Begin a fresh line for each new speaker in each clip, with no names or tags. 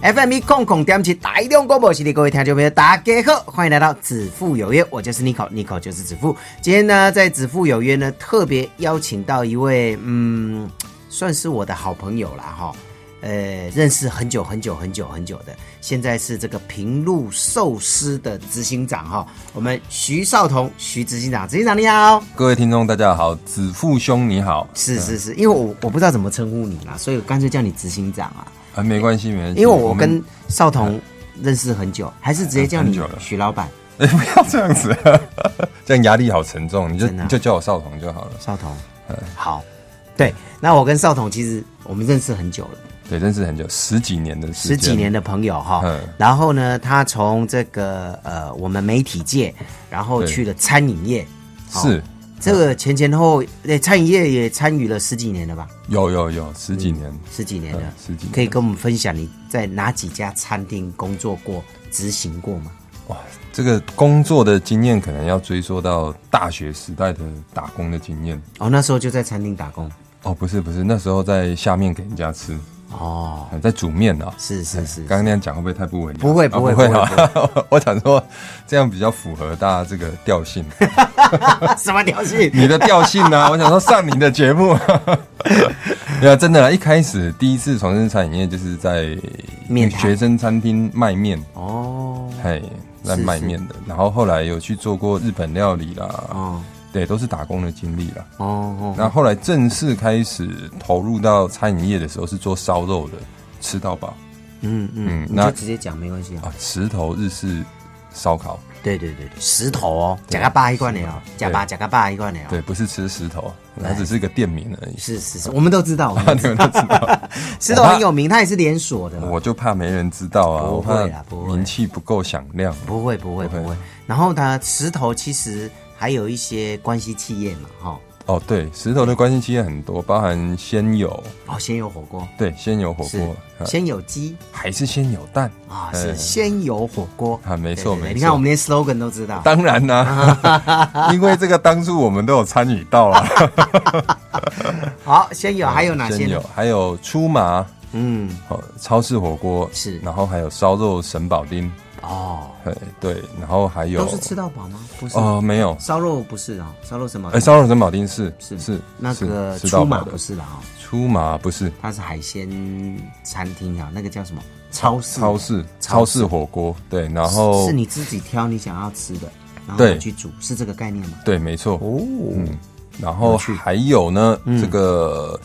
FM 一空空点起台中广播系列，各位听众朋友，大家好，欢迎来到子父有约，我就是 Nico，Nico 就是子父。今天呢，在子父有约呢，特别邀请到一位，嗯，算是我的好朋友啦，哈，呃，认识很久很久很久很久的，现在是这个平路寿司的执行长哈，我们徐少彤，徐执行长，执行长你好，
各位听众，大家好，子父兄你好，
是是是，因为我我不知道怎么称呼你啦，所以我干脆叫你执行长啊。
啊，没关系，没关系，
因为我
们嗯
跟少彤认识很久，还是直接叫
很
你
久了
许老板。
哎、 不要这样子，这样压力好沉重，你就
真的啊
你就叫我少彤就好了。
少彤，
嗯
好，对，那我跟少彤其实我们认识很久了，
对，认识很久，十几年的时
十
间，
几年的朋友哈
嗯。
然后呢，他从这个呃我们媒体界，然后
对
去了餐饮业，哦
是嗯
这个前前后后，对餐饮业也参与了十几年了吧？
有有有十几年，
十几年了
嗯，十几年
可以跟我们分享你在哪几家餐厅工作过、执行过吗？
哇，这个工作的经验可能要追溯到大学时代的打工的经验。
哦，那时候就在餐厅打工。
哦，不是不是，那时候在下面给人家吃，
哦，
啊在煮面啊。
是是是，
刚刚那样讲会不会太不文雅？
不会
啊
不会
不会
不会
啊！ 我想说，这样比较符合大家这个调性。
什么调戏？
你的调性啊， 我想说上你的节目。 对啊，真的啦，一开始第一次从事餐饮业就是在
面摊
学生餐厅卖面，
哦，
嘿，在
是
卖
是
面的。然后后来有去做过日本料理啦，
哦
对，都是打工的经历啦。
哦哦，
那后来正式开始投入到餐饮业的时候，是做烧肉的，吃到饱
嗯嗯
嗯，
你就
那
直接讲没关系啊。
啊，石头日式烧烤，
对对对对，石头哦，假个巴一罐的哦，假巴假个巴一罐的哦。
对，，不是吃石头，它
哎
只是个店名而已。
是是是，我们都知道，我们
啊
都
你
知
们
道
都知 道，
石头很有名，它也是连锁的嘛。
我就怕没人知道啊，
不
我
会
怕
啦不会
名气不够响亮。
不会不会
不
不
会
会。然后它石头其实还有一些关系企业嘛，哈，
哦，对，石头的关系企业很多，包含鲜有，
哦，先有火锅，
对，鲜有火
是
锅，啊
先有鸡
还是鲜有蛋
啊，
哎
是先有火锅
啊没错
对对对
没错
你看我们连 slogan 都知道，
当然 啦、因为这个当初我们都有参与到啊。
好，先有 还有哪些
鲜
呢
啊有？还有出麻，
嗯，
哦，超市火锅
是
然后还有烧肉神保町，
哦，
对对，然后还有
都是吃到饱吗？不是
哦，没有，
烧肉不是啊，烧肉什么？
哎，烧肉神保町是
是
是
那个
是吃到
出马
饱
不
的，
是啦哈，
出麻不是
它是海鲜餐厅啊，那个叫什么超市？
超市
超
超
市
市火锅，对，然后
是你自己挑你想要吃的，然后
对
你去煮，是这个概念吗？
对，没错
哦，
嗯，然后还有呢，
嗯
这个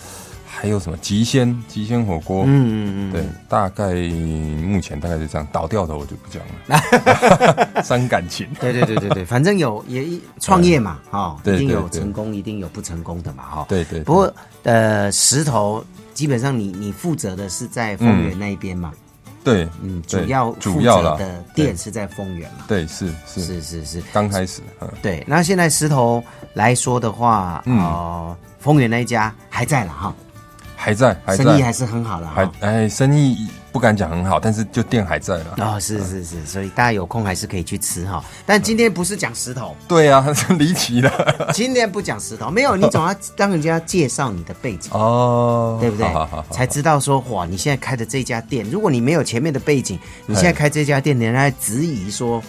还有什么极鲜极鲜火锅，
嗯嗯嗯，
对，大概目前大概是这样，倒掉的我就不讲了， 伤感情。
对对对对对，反正有也一创业嘛，哈，
对
一定
对
有
对
成功，一定有不成功的嘛，哈。
对对对
不过呃，石头基本上你你负责的是在丰原那一边嘛，
对，
嗯，主
嗯对
要负
主要
责
啦
的
对
店是在丰原嘛，
对，是是
是是是，
刚开始，嗯，
对，那现在石头来说的话，
嗯
哦，丰原那一家还在了哈，
还在，还
生意还
在，
是很好了
还
哈。
哎，生意不敢讲很好，但是就店还在了。
哦，是是是，所以大家有空还是可以去吃哈。但今天不是讲石 头，
对啊，真离奇了
今天不讲石头，没有，你总要让人家介绍你的背景，
哦，
对不对
好好好？好，
才知道说，哇，你现在开的这家店，如果你没有前面的背景，你现在开这家店，人家还质疑说，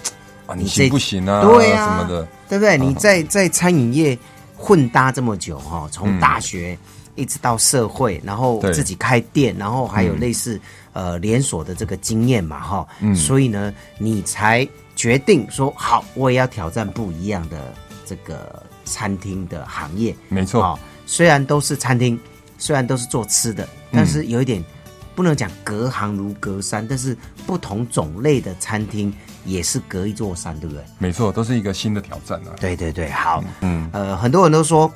啊你
这
行不行啊？
对
什
啊，
么的，嗯
对不对？你在在餐饮业混搭这么久哈，从大学一直到社会，然后
嗯对嗯
自己开店，然后还有类似、呃连锁的这个经验嘛哈，所以呢，你才决定说好，我也要挑战不一样的这个餐厅的行业。
没错
哦，虽然都是餐厅，虽然都是做吃
嗯
的，但是有一点。不能讲隔行如隔山，但是不同种类的餐厅也是隔一座山，对不对？
没错，都是一个新的挑战啊。
对对对，好，嗯，呃，很多人都说，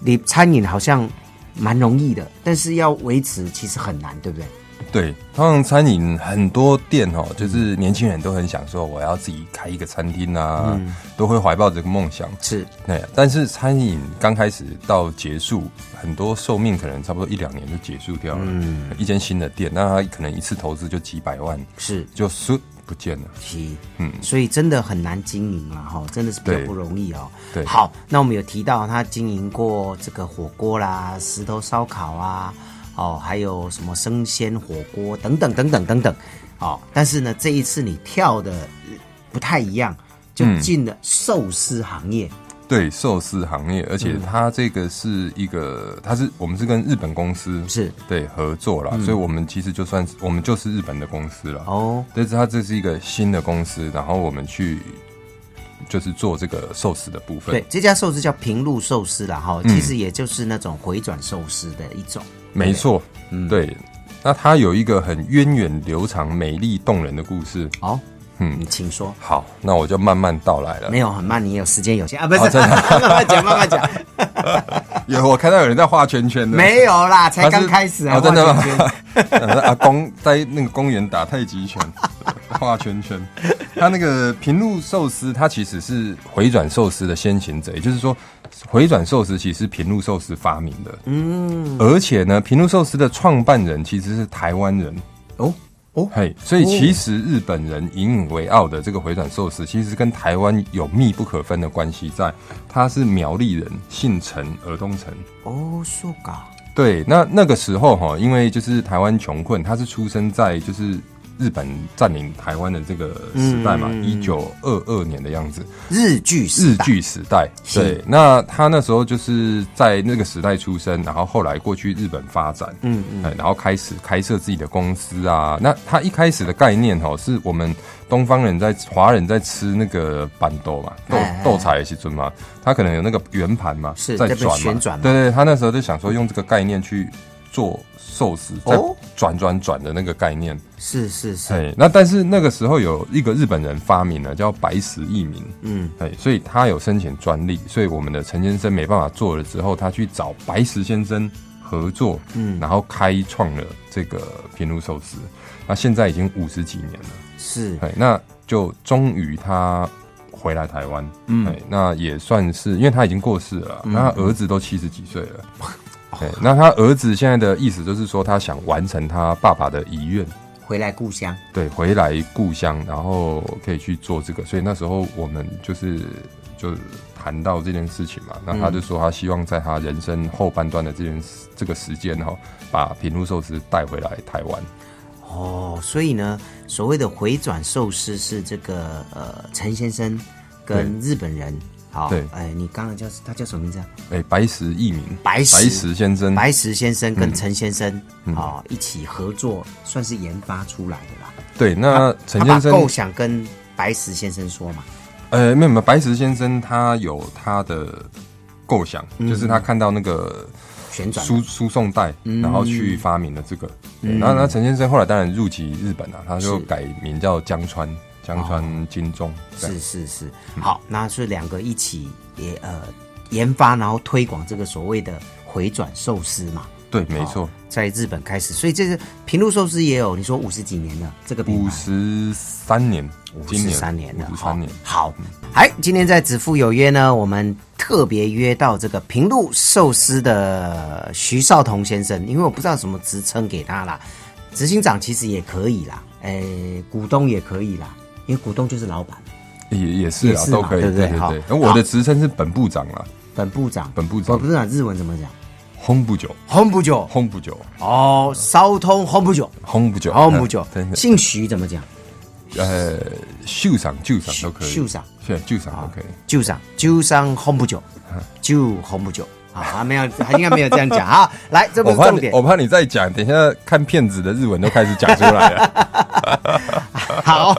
你餐饮好像蛮容易的，但是要维持其实很难，对不对？
对，通常餐饮很多店哦，就是年轻人都很想说我要自己开一个餐厅啊，都会怀抱这个梦想。
是
对，但是餐饮刚开始到结束，很多寿命可能差不多一两年就结束掉了。嗯，一间新的店，那他可能一次投资就几百万，
是
就嗖不见了。
是，嗯
嗯，
所以真的很难经营啦，哈，真的是比较
对
不容易哦。
对
好，那我们有提到他经营过这个火锅啦、石头烧烤啊，哦，还有什么生鲜火锅等等等等等等，哦，但是呢，这一次你跳的呃不太一样，就
嗯
进了寿司行业，
对，寿司行业，而且它这个是一个，它是我们是跟日本公司
是
对合作啦，所以我们其实就算是我们就是日本的公司了。
哦，
但是它这是一个新的公司，然后我们去就是做这个寿司的部分。
对，，这家寿司叫平路寿司啦，
嗯
哈，其实也就是那种回转寿司的一种，
没错，
嗯
对。那它有一个很源远流长、美丽动人的故事。
哦，
嗯
你请说。
好，那我就慢慢道来了
没。有很慢，你有时间有限啊，不是，
哦真的
慢慢讲，慢慢 讲。
有，我看到有人在画圈圈的。
没有啦，才
他
刚
是，
开始啊，
哦真
画
的吗呃
圈圈？
阿公在那个公园打太极拳，画圈圈。他那个平路寿司，它其实是回转寿司的先行者，也就是说，回转寿司其实是平路寿司发明的。嗯，而且呢，平路寿司的创办人其实是台湾人。
哦哦，
嘿，所以其实日本人引以为傲的这个回转寿司，其实跟台湾有密不可分的关系在。他是苗栗人，姓陈，尔东陈。
哦，说嘎，
对，那那个时候哈，因为就是台湾穷困，他是出生在就是日本占领台湾的这个时代嘛，一九二二年的样子，
日剧时
日
代
据时代。
是
对，那他那时候就是在那个时代出生，然后后来过去日本发展，嗯嗯，然后开始开设自己的公司啊。那他一开始的概念哈，是我们东方人在华人在吃那个板豆嘛，豆
哎
豆柴的时阵嘛，他可能有那个圆盘嘛，
是
在
在被
转嘛，
旋转嘛
对对，他那时候就想说用这个概念去做寿司，在
哦
转转转的那个概念。
是是是，
哎，那但是那个时候有一个日本人发明了叫白石一名，嗯，哎，所以他有申请专利，所以我们的陈先生没办法做了之后，他去找白石先生合作，嗯，然后开创了这个平路寿司。那现在已经五十几年了，
是
哎，那就终于他回来台湾，嗯，那也算是，因为他已经过世了啦，那他儿子都七十几岁了。哎，那他儿子现在的意思就是说，他想完成他爸爸的遗愿，
回来故乡，
对，回来故乡，然后可以去做这个。所以那时候我们就是就谈到这件事情嘛，那他就说他希望在他人生后半段的这件事这个时间哈、哦，把平路寿司带回来台湾。
哦，所以呢，所谓的回转寿司是这个呃陈先生跟日本人，好，
对
哎，你刚刚叫他叫什么名字啊？
哎，白石一名，
白石
白石先生，
白石先生
嗯
跟陈先生哦一起合作，算是研发出来的吧。
对，那呃陈先
他把构
生，
想跟白石先生说嘛，
呃，没有没有，白石先生他有他的构想，
嗯
就是他看到那个
旋转
输输送带，
嗯
然后去发明了这个。对然后那陈先生后来当然入籍日本啊，他就是改名叫江川，江川金钟。这样
哦是是是，
嗯
好，那是两个一起也呃研发，然后推广这个所谓的回转寿司嘛，
对，没错，
在日本开始，所以这是平路寿司也有，你说五十几年了，这个品
五
牌。
十三年，今年
三年了，
五十三年
哦。好，哎，今天在子父有约呢，我们特别约到这个平路寿司的徐少彤先生，因为我不知道什么职称给他啦，执行长其实也可以啦，哎，股东也可以啦，因为股东就是老板，
也也是
也
啊，
是嘛
都可以，
对不对
对
好
对。而我的职称是本部长啦，
本部长，
本部长
本部长日文怎么讲？
烘不久，
红不久
烘不久，
哦，烧通红不久，
烘不久，
红不 久
嗯真，的
姓徐怎么讲？
呃，秀赏、旧赏都可以，
秀赏
是旧赏都可以。
旧上旧上红不久，
嗯
旧红不久啊，没有，应该没有这样讲啊。来，这不
我
是
怕
重
你，
点
我。怕你再讲，等一下看骗子的日文都开始讲出来了。
好，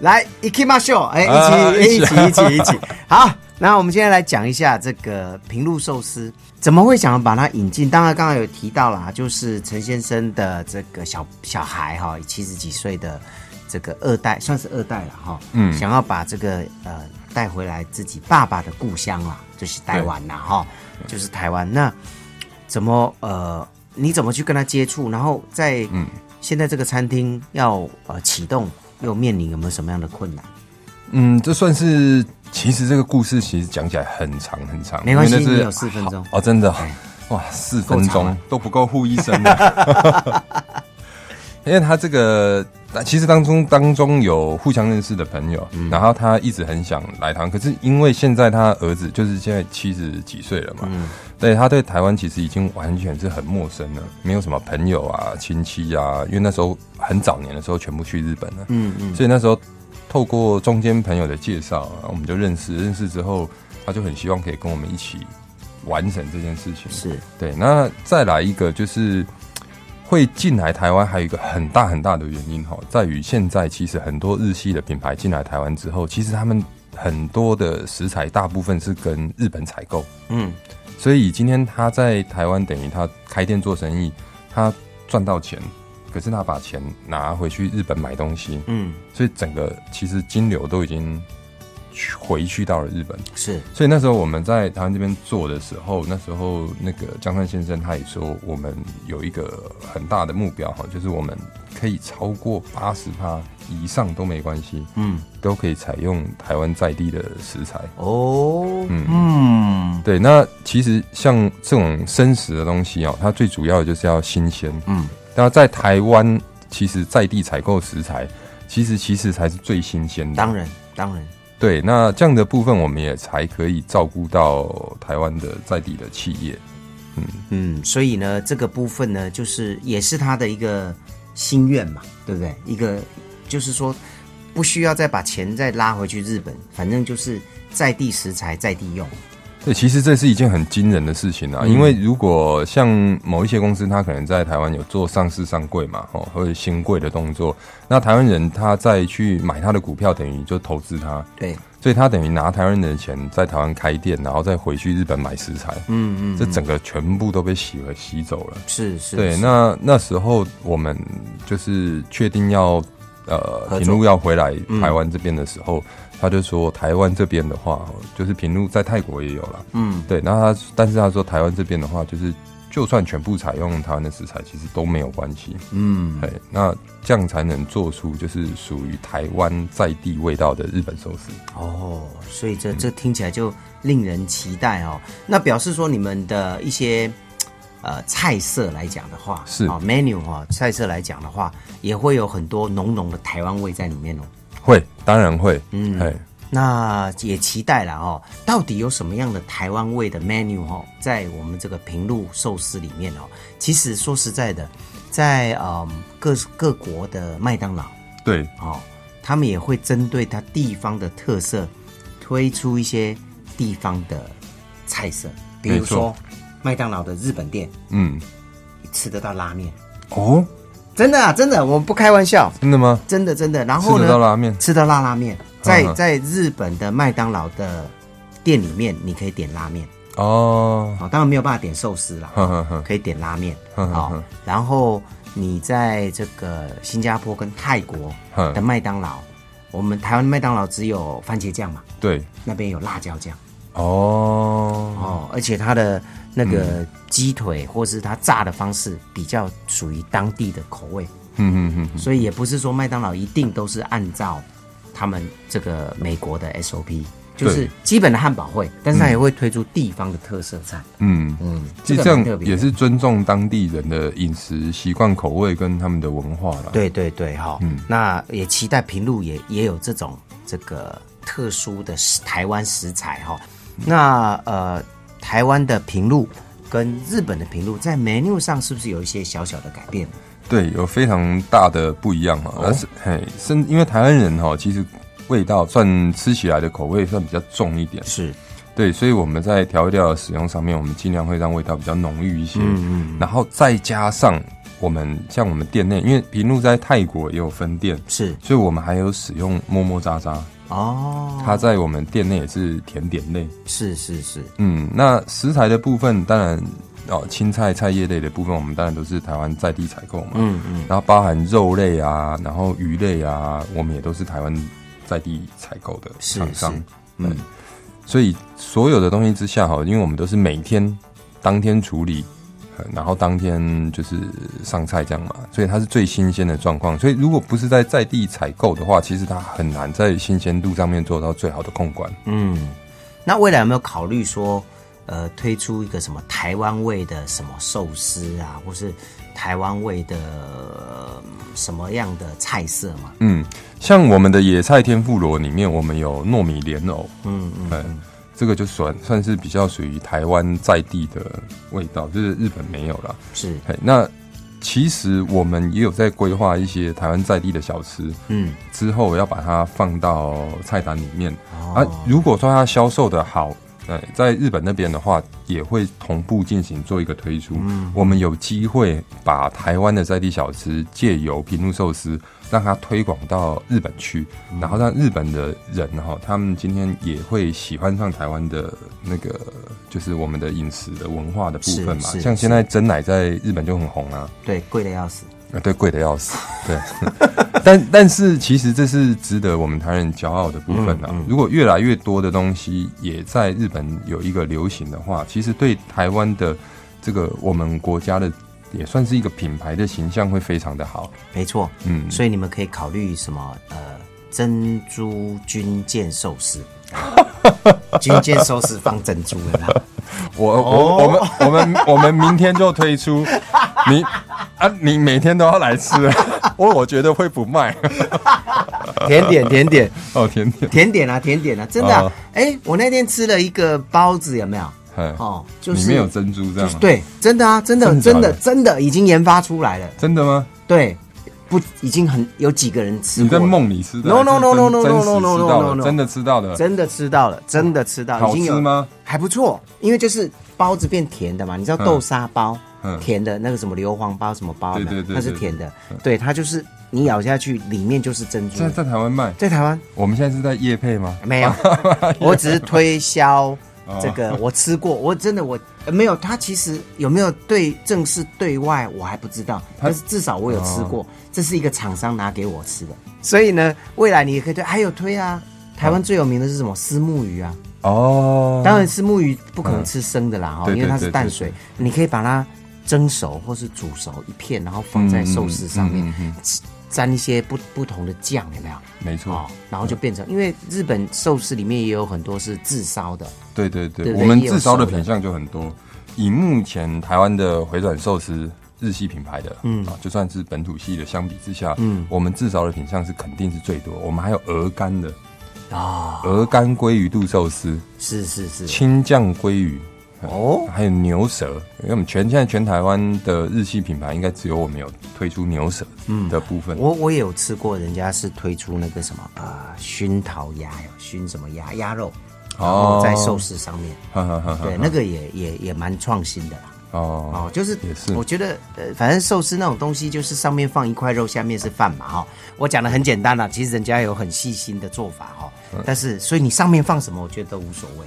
来一起嘛秀，哎，
啊
一起一起一起一 起。好，那我们现在来讲一下这个平路寿司怎么会想要把它引进。当然，刚刚有提到啦，就是陈先生的这个小小孩哈，七十几岁的这个二代，算是二代了哈。嗯，想要把这个呃带回来自己爸爸的故乡啦，就是台湾啦哈，就是
嗯
台湾那。怎么呃，你怎么去跟他接触？然后在现在这个餐厅要呃启动，又面临有没有什么样的困难？
嗯，这算是其实这个故事其实讲起来很长很长，
没关系
因为那是
你有四分钟
好哦，真的哦哇，四分
够长
钟
了
都不够护一生的，
啊
因为他这个其实当中当中有互相认识的朋友，
嗯
然后他一直很想来台湾，可是因为现在他儿子就是现在七十几岁了嘛，
嗯
对他对台湾其实已经完全是很陌生了，没有什么朋友啊、亲戚啊，因为那时候很早年的时候全部去日本了，
嗯嗯，
所以那时候透过中间朋友的介绍啊，我们就认识，认识之后，他就很希望可以跟我们一起完成这件事情。
是
对，那再来一个就是会进来台湾，还有一个很大很大的原因哈，在于现在其实很多日系的品牌进来台湾之后，其实他们很多的食材大部分是跟日本采购，
嗯，
所以今天他在台湾等于他开店做生意，他赚到钱，可是他把钱拿回去日本买东西，
嗯
所以整个其实金流都已经回去到了日本。
是
所以那时候我们在台湾这边做的时候，那时候那个江山先生他也说，我们有一个很大的目标哈，就是我们可以超过八十趴以上都没关系，
嗯
都可以采用台湾在地的食材。
哦
嗯
嗯
对，那其实像这种生食的东西哦，它最主要的就是要新鲜。
嗯，
那在台湾其实在地采购食材，其实其实才是最新鲜的。
当然当然
对，那这样的部分我们也才可以照顾到台湾的在地的企业。
嗯，所以呢这个部分呢，就是也是他的一个心愿嘛，对不对？一个就是说不需要再把钱再拉回去日本，反正就是在地食材在地用，
对，其实这是一件很惊人的事情啊，
嗯
因为如果像某一些公司，它可能在台湾有做上市上柜嘛，哦，或者新柜的动作，那台湾人他再去买他的股票，等于就投资他，
对，
所以他等于拿台湾人的钱在台湾开店，然后再回去日本买食材，
嗯嗯，
这整个全部都被洗了洗走了。
是是
对，
是
那那时候我们就是确定要
合作嗯
呃平路要回来台湾这边的时候，他就说台湾这边的话，哦就是平路在泰国也有了，
嗯。
对，那他但是他说台湾这边的话，就是就算全部采用台湾的食材，其实都没有关系，
嗯
对，那这样才能做出就是属于台湾在地味道的日本寿司。
哦，所以这这听起来就令人期待哦。那表示说你们的一些呃菜色来讲的话，
是
啊、menu 哈、菜色来讲的话，也会有很多浓浓的台湾味在里面哦。
会，当然会，嗯，哎，
那也期待了哦，到底有什么样的台湾味的 menu 哦，在我们这个平路寿司里面哦？其实说实在的，在嗯各各国的麦当劳
对，
哦，他们也会针对它地方的特色，推出一些地方的菜色，比如
没错
说麦当劳的日本店
嗯，
吃得到拉面，
哦，
真的啊，真的，我不开玩笑，
真的吗？
真的真的。然
吃
后
得到
呢，
拉面，
吃得到辣拉面，在
嗯嗯
在日本的麦当劳的店里面，你可以点拉面，
哦，
哦，当然没有办法点寿司啦，
呵呵呵，
可以点拉面，
嗯嗯
哦
嗯，
然后你在这个新加坡跟泰国的
嗯
麦当劳，我们台湾麦当劳只有番茄酱嘛，
对，
那边有辣椒酱
哦，嗯
哦，而且它的那个鸡腿或是它炸的方式比较属于当地的口味，
嗯嗯嗯，
所以也不是说麦当劳一定都是按照他们这个美国的 SOP，就是
对
基本的汉堡会，但是它也会推出地方的特色菜，
嗯，嗯
嗯，
其
这
实
个
这
蛮特
样
别的
也是尊重当地人的饮食习惯、口味跟他们的文化啦。，
对对对哈、
啊嗯
那也期待平路也也有这种这个特殊的食台湾食材哈、那呃，台湾的平路跟日本的平路在 menu 上是不是有一些小小的改变？
对，有非常大的不一样
哦
啊。而是嘿，甚因为台湾人哈，其实味道算吃起来的口味算比较重一点，
是，
对，所以我们在调味料的使用上面，我们尽量会让味道比较浓郁一些。嗯嗯，然后再加上我们像我们店内，因为平路在泰国也有分店，
是
所以我们还有使用么么喳喳，
哦，
它在我们店内也是甜点类。
是是是，
嗯，那食材的部分，当然哦，青菜菜叶类的部分，我们当然都是台湾在地采购嘛。
嗯嗯，
然后包含肉类啊，然后鱼类啊，我们也都是台湾在地采购的
是
厂商
是。
嗯，所以所有的东西之下哈，因为我们都是每天当天处理，呃然后当天就是上菜这样嘛，所以它是最新鲜的状况。所以如果不是在在地采购的话，其实它很难在新鲜度上面做到最好的控管。
嗯那未来有没有考虑说，呃，推出一个什么台湾味的什么寿司啊，或是台湾味的、呃什么样的菜色嘛？
嗯，像我们的野菜天妇罗里面，我们有糯米莲藕，
嗯嗯，
嗯，这个就算算是比较属于台湾在地的味道，就是日本没有啦。
是，
嘿，那其实我们也有在规划一些台湾在地的小吃，
嗯，
之后要把它放到菜单里面、啊
哦。
如果说它销售的好，呃，在日本那边的话，也会同步进行做一个推出。
嗯
我们有机会把台湾的在地小吃借由平路寿司，让它推广到日本去，
嗯
然后让日本的人哈，他们今天也会喜欢上台湾的那个，就是我们的饮食的文化的部分嘛
是是。
像现在真奶在日本就很红啊。
对，贵的要死。
啊，对，贵的要死，对， 但但是其实这是值得我们台湾人骄傲的部分啊。如果越来越多的东西也在日本有一个流行的话，其实对台湾的这个我们国家的也算是一个品牌的形象会非常的好。
没错，
嗯
所以你们可以考虑什么呃珍珠军舰寿司， 军舰寿司放珍珠的啦，
我我我们我们我们明天就推出，你啊，你每天都要来吃，啊我我觉得会不卖
甜点甜点
哦，甜点，
甜点啊甜点啊，真的啊
哦
哎、我那天吃了一个包子，有没有？
哎，
哦，就是
里面有珍珠这
就
样
是
吗？
对，真的啊，真的真
真的假
的
的
真的已经研发出来了，
真的吗？
对，不已经很有几个人吃
你
过
在
了。
梦里吃的
No, no, no, no, no,
还是真
no, no, no,
真实吃到
no, no, no.
的，真的吃到的，
真的吃到了，真的吃到，
嗯好
已经有
吃吗？
还不错，因为就是包子变甜的嘛，你知道
嗯
豆沙包，
嗯
甜的那个什么硫磺包什么包的，
对对对对嗯
它是甜的，对，它就是你咬下去里面就是珍珠
现在。在台湾卖。
在台湾
我们现在是在夜配吗？
没有，我只是推销这个，
哦
我吃过，我真的我呃没有，它其实有没有对正式对外我还不知道，
它哦
但是至少我有吃过，这是一个厂商拿给我吃的，所以呢，未来你也可以推，还有推啊。台湾最有名的是什么？丝木鱼啊，
哦，嗯
当然，是木鱼不可能吃生的啦，哈、
对
因为它
对
是
对
淡水，你可以把它蒸熟或是煮熟一片，然后放在寿司上
嗯
面，吃沾一些不不同的酱，有没有？
没错
哦，，然后就变成，因为日本寿司里面也有很多是自烧的，
对对对，
对对
我们
也有
自烧的
熟的
品相就很多。以目前台湾的回转寿司日系品牌的，嗯啊，就算是本土系的，相比之下，嗯，我们自烧的品相是肯定是最多。我们还有鹅肝的啊，鹅肝鲑鱼肚寿司、
是是是，
青酱鲑鱼，
哦，
还有牛舌，因为我们全现在全台湾的日系品牌应该只有我们有推出牛舌的部分。
嗯我我也有吃过，人家是推出那个什么呃熏桃鸭呀，熏什么鸭鸭肉，然
哦
后在寿司上面，
哈哈哈哈
对，那个也也也蛮创新的啦。
哦
哦，就是
也是
我觉得呃，反正寿司那种东西就是上面放一块肉，下面是饭嘛，哈、哦我讲的很简单啦，啊其实人家有很细心的做法哈、哦。
嗯
但是，所以你上面放什么，我觉得都无所谓，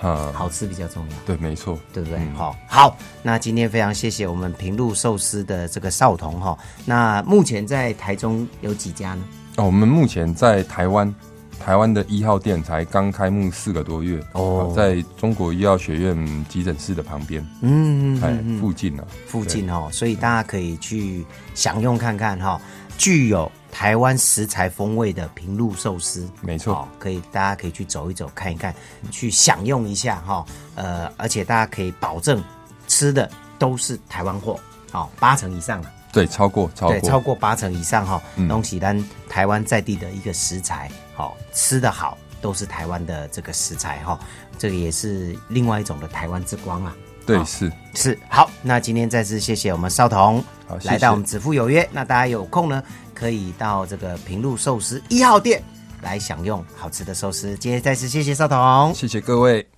哈，
好吃比较重要，
对，没错，
对不对？好、好，那今天非常谢谢我们平路寿司的这个少彤哈、那目前在台中有几家呢？
哦，我们目前在台湾，台湾的一号店才刚开幕四个多月
哦
在中国医药学院急诊室的旁边，
嗯，
哎，附近呢、啊，
附近哦，所以大家可以去享用看看哈、具有台湾食材风味的平路寿司，
没错
哦可以大家可以去走一走，看一看，去享用一下哈、呃，而且大家可以保证吃的都是台湾货，哦，八成以上了。
对，超过，超
对，
过，
超过八成以上哈、
嗯
东西咱台湾在地的一个食材，好、吃的好，都是台湾的这个食材哈、这个也是另外一种的台湾之光啊。
对
哦
是，
是好，那今天再次谢谢我们邵彤
好谢谢
来到我们子父有约。那大家有空呢，可以到这个平路寿司一号店来享用好吃的寿司。今天再次谢谢邵彤，
谢谢各位。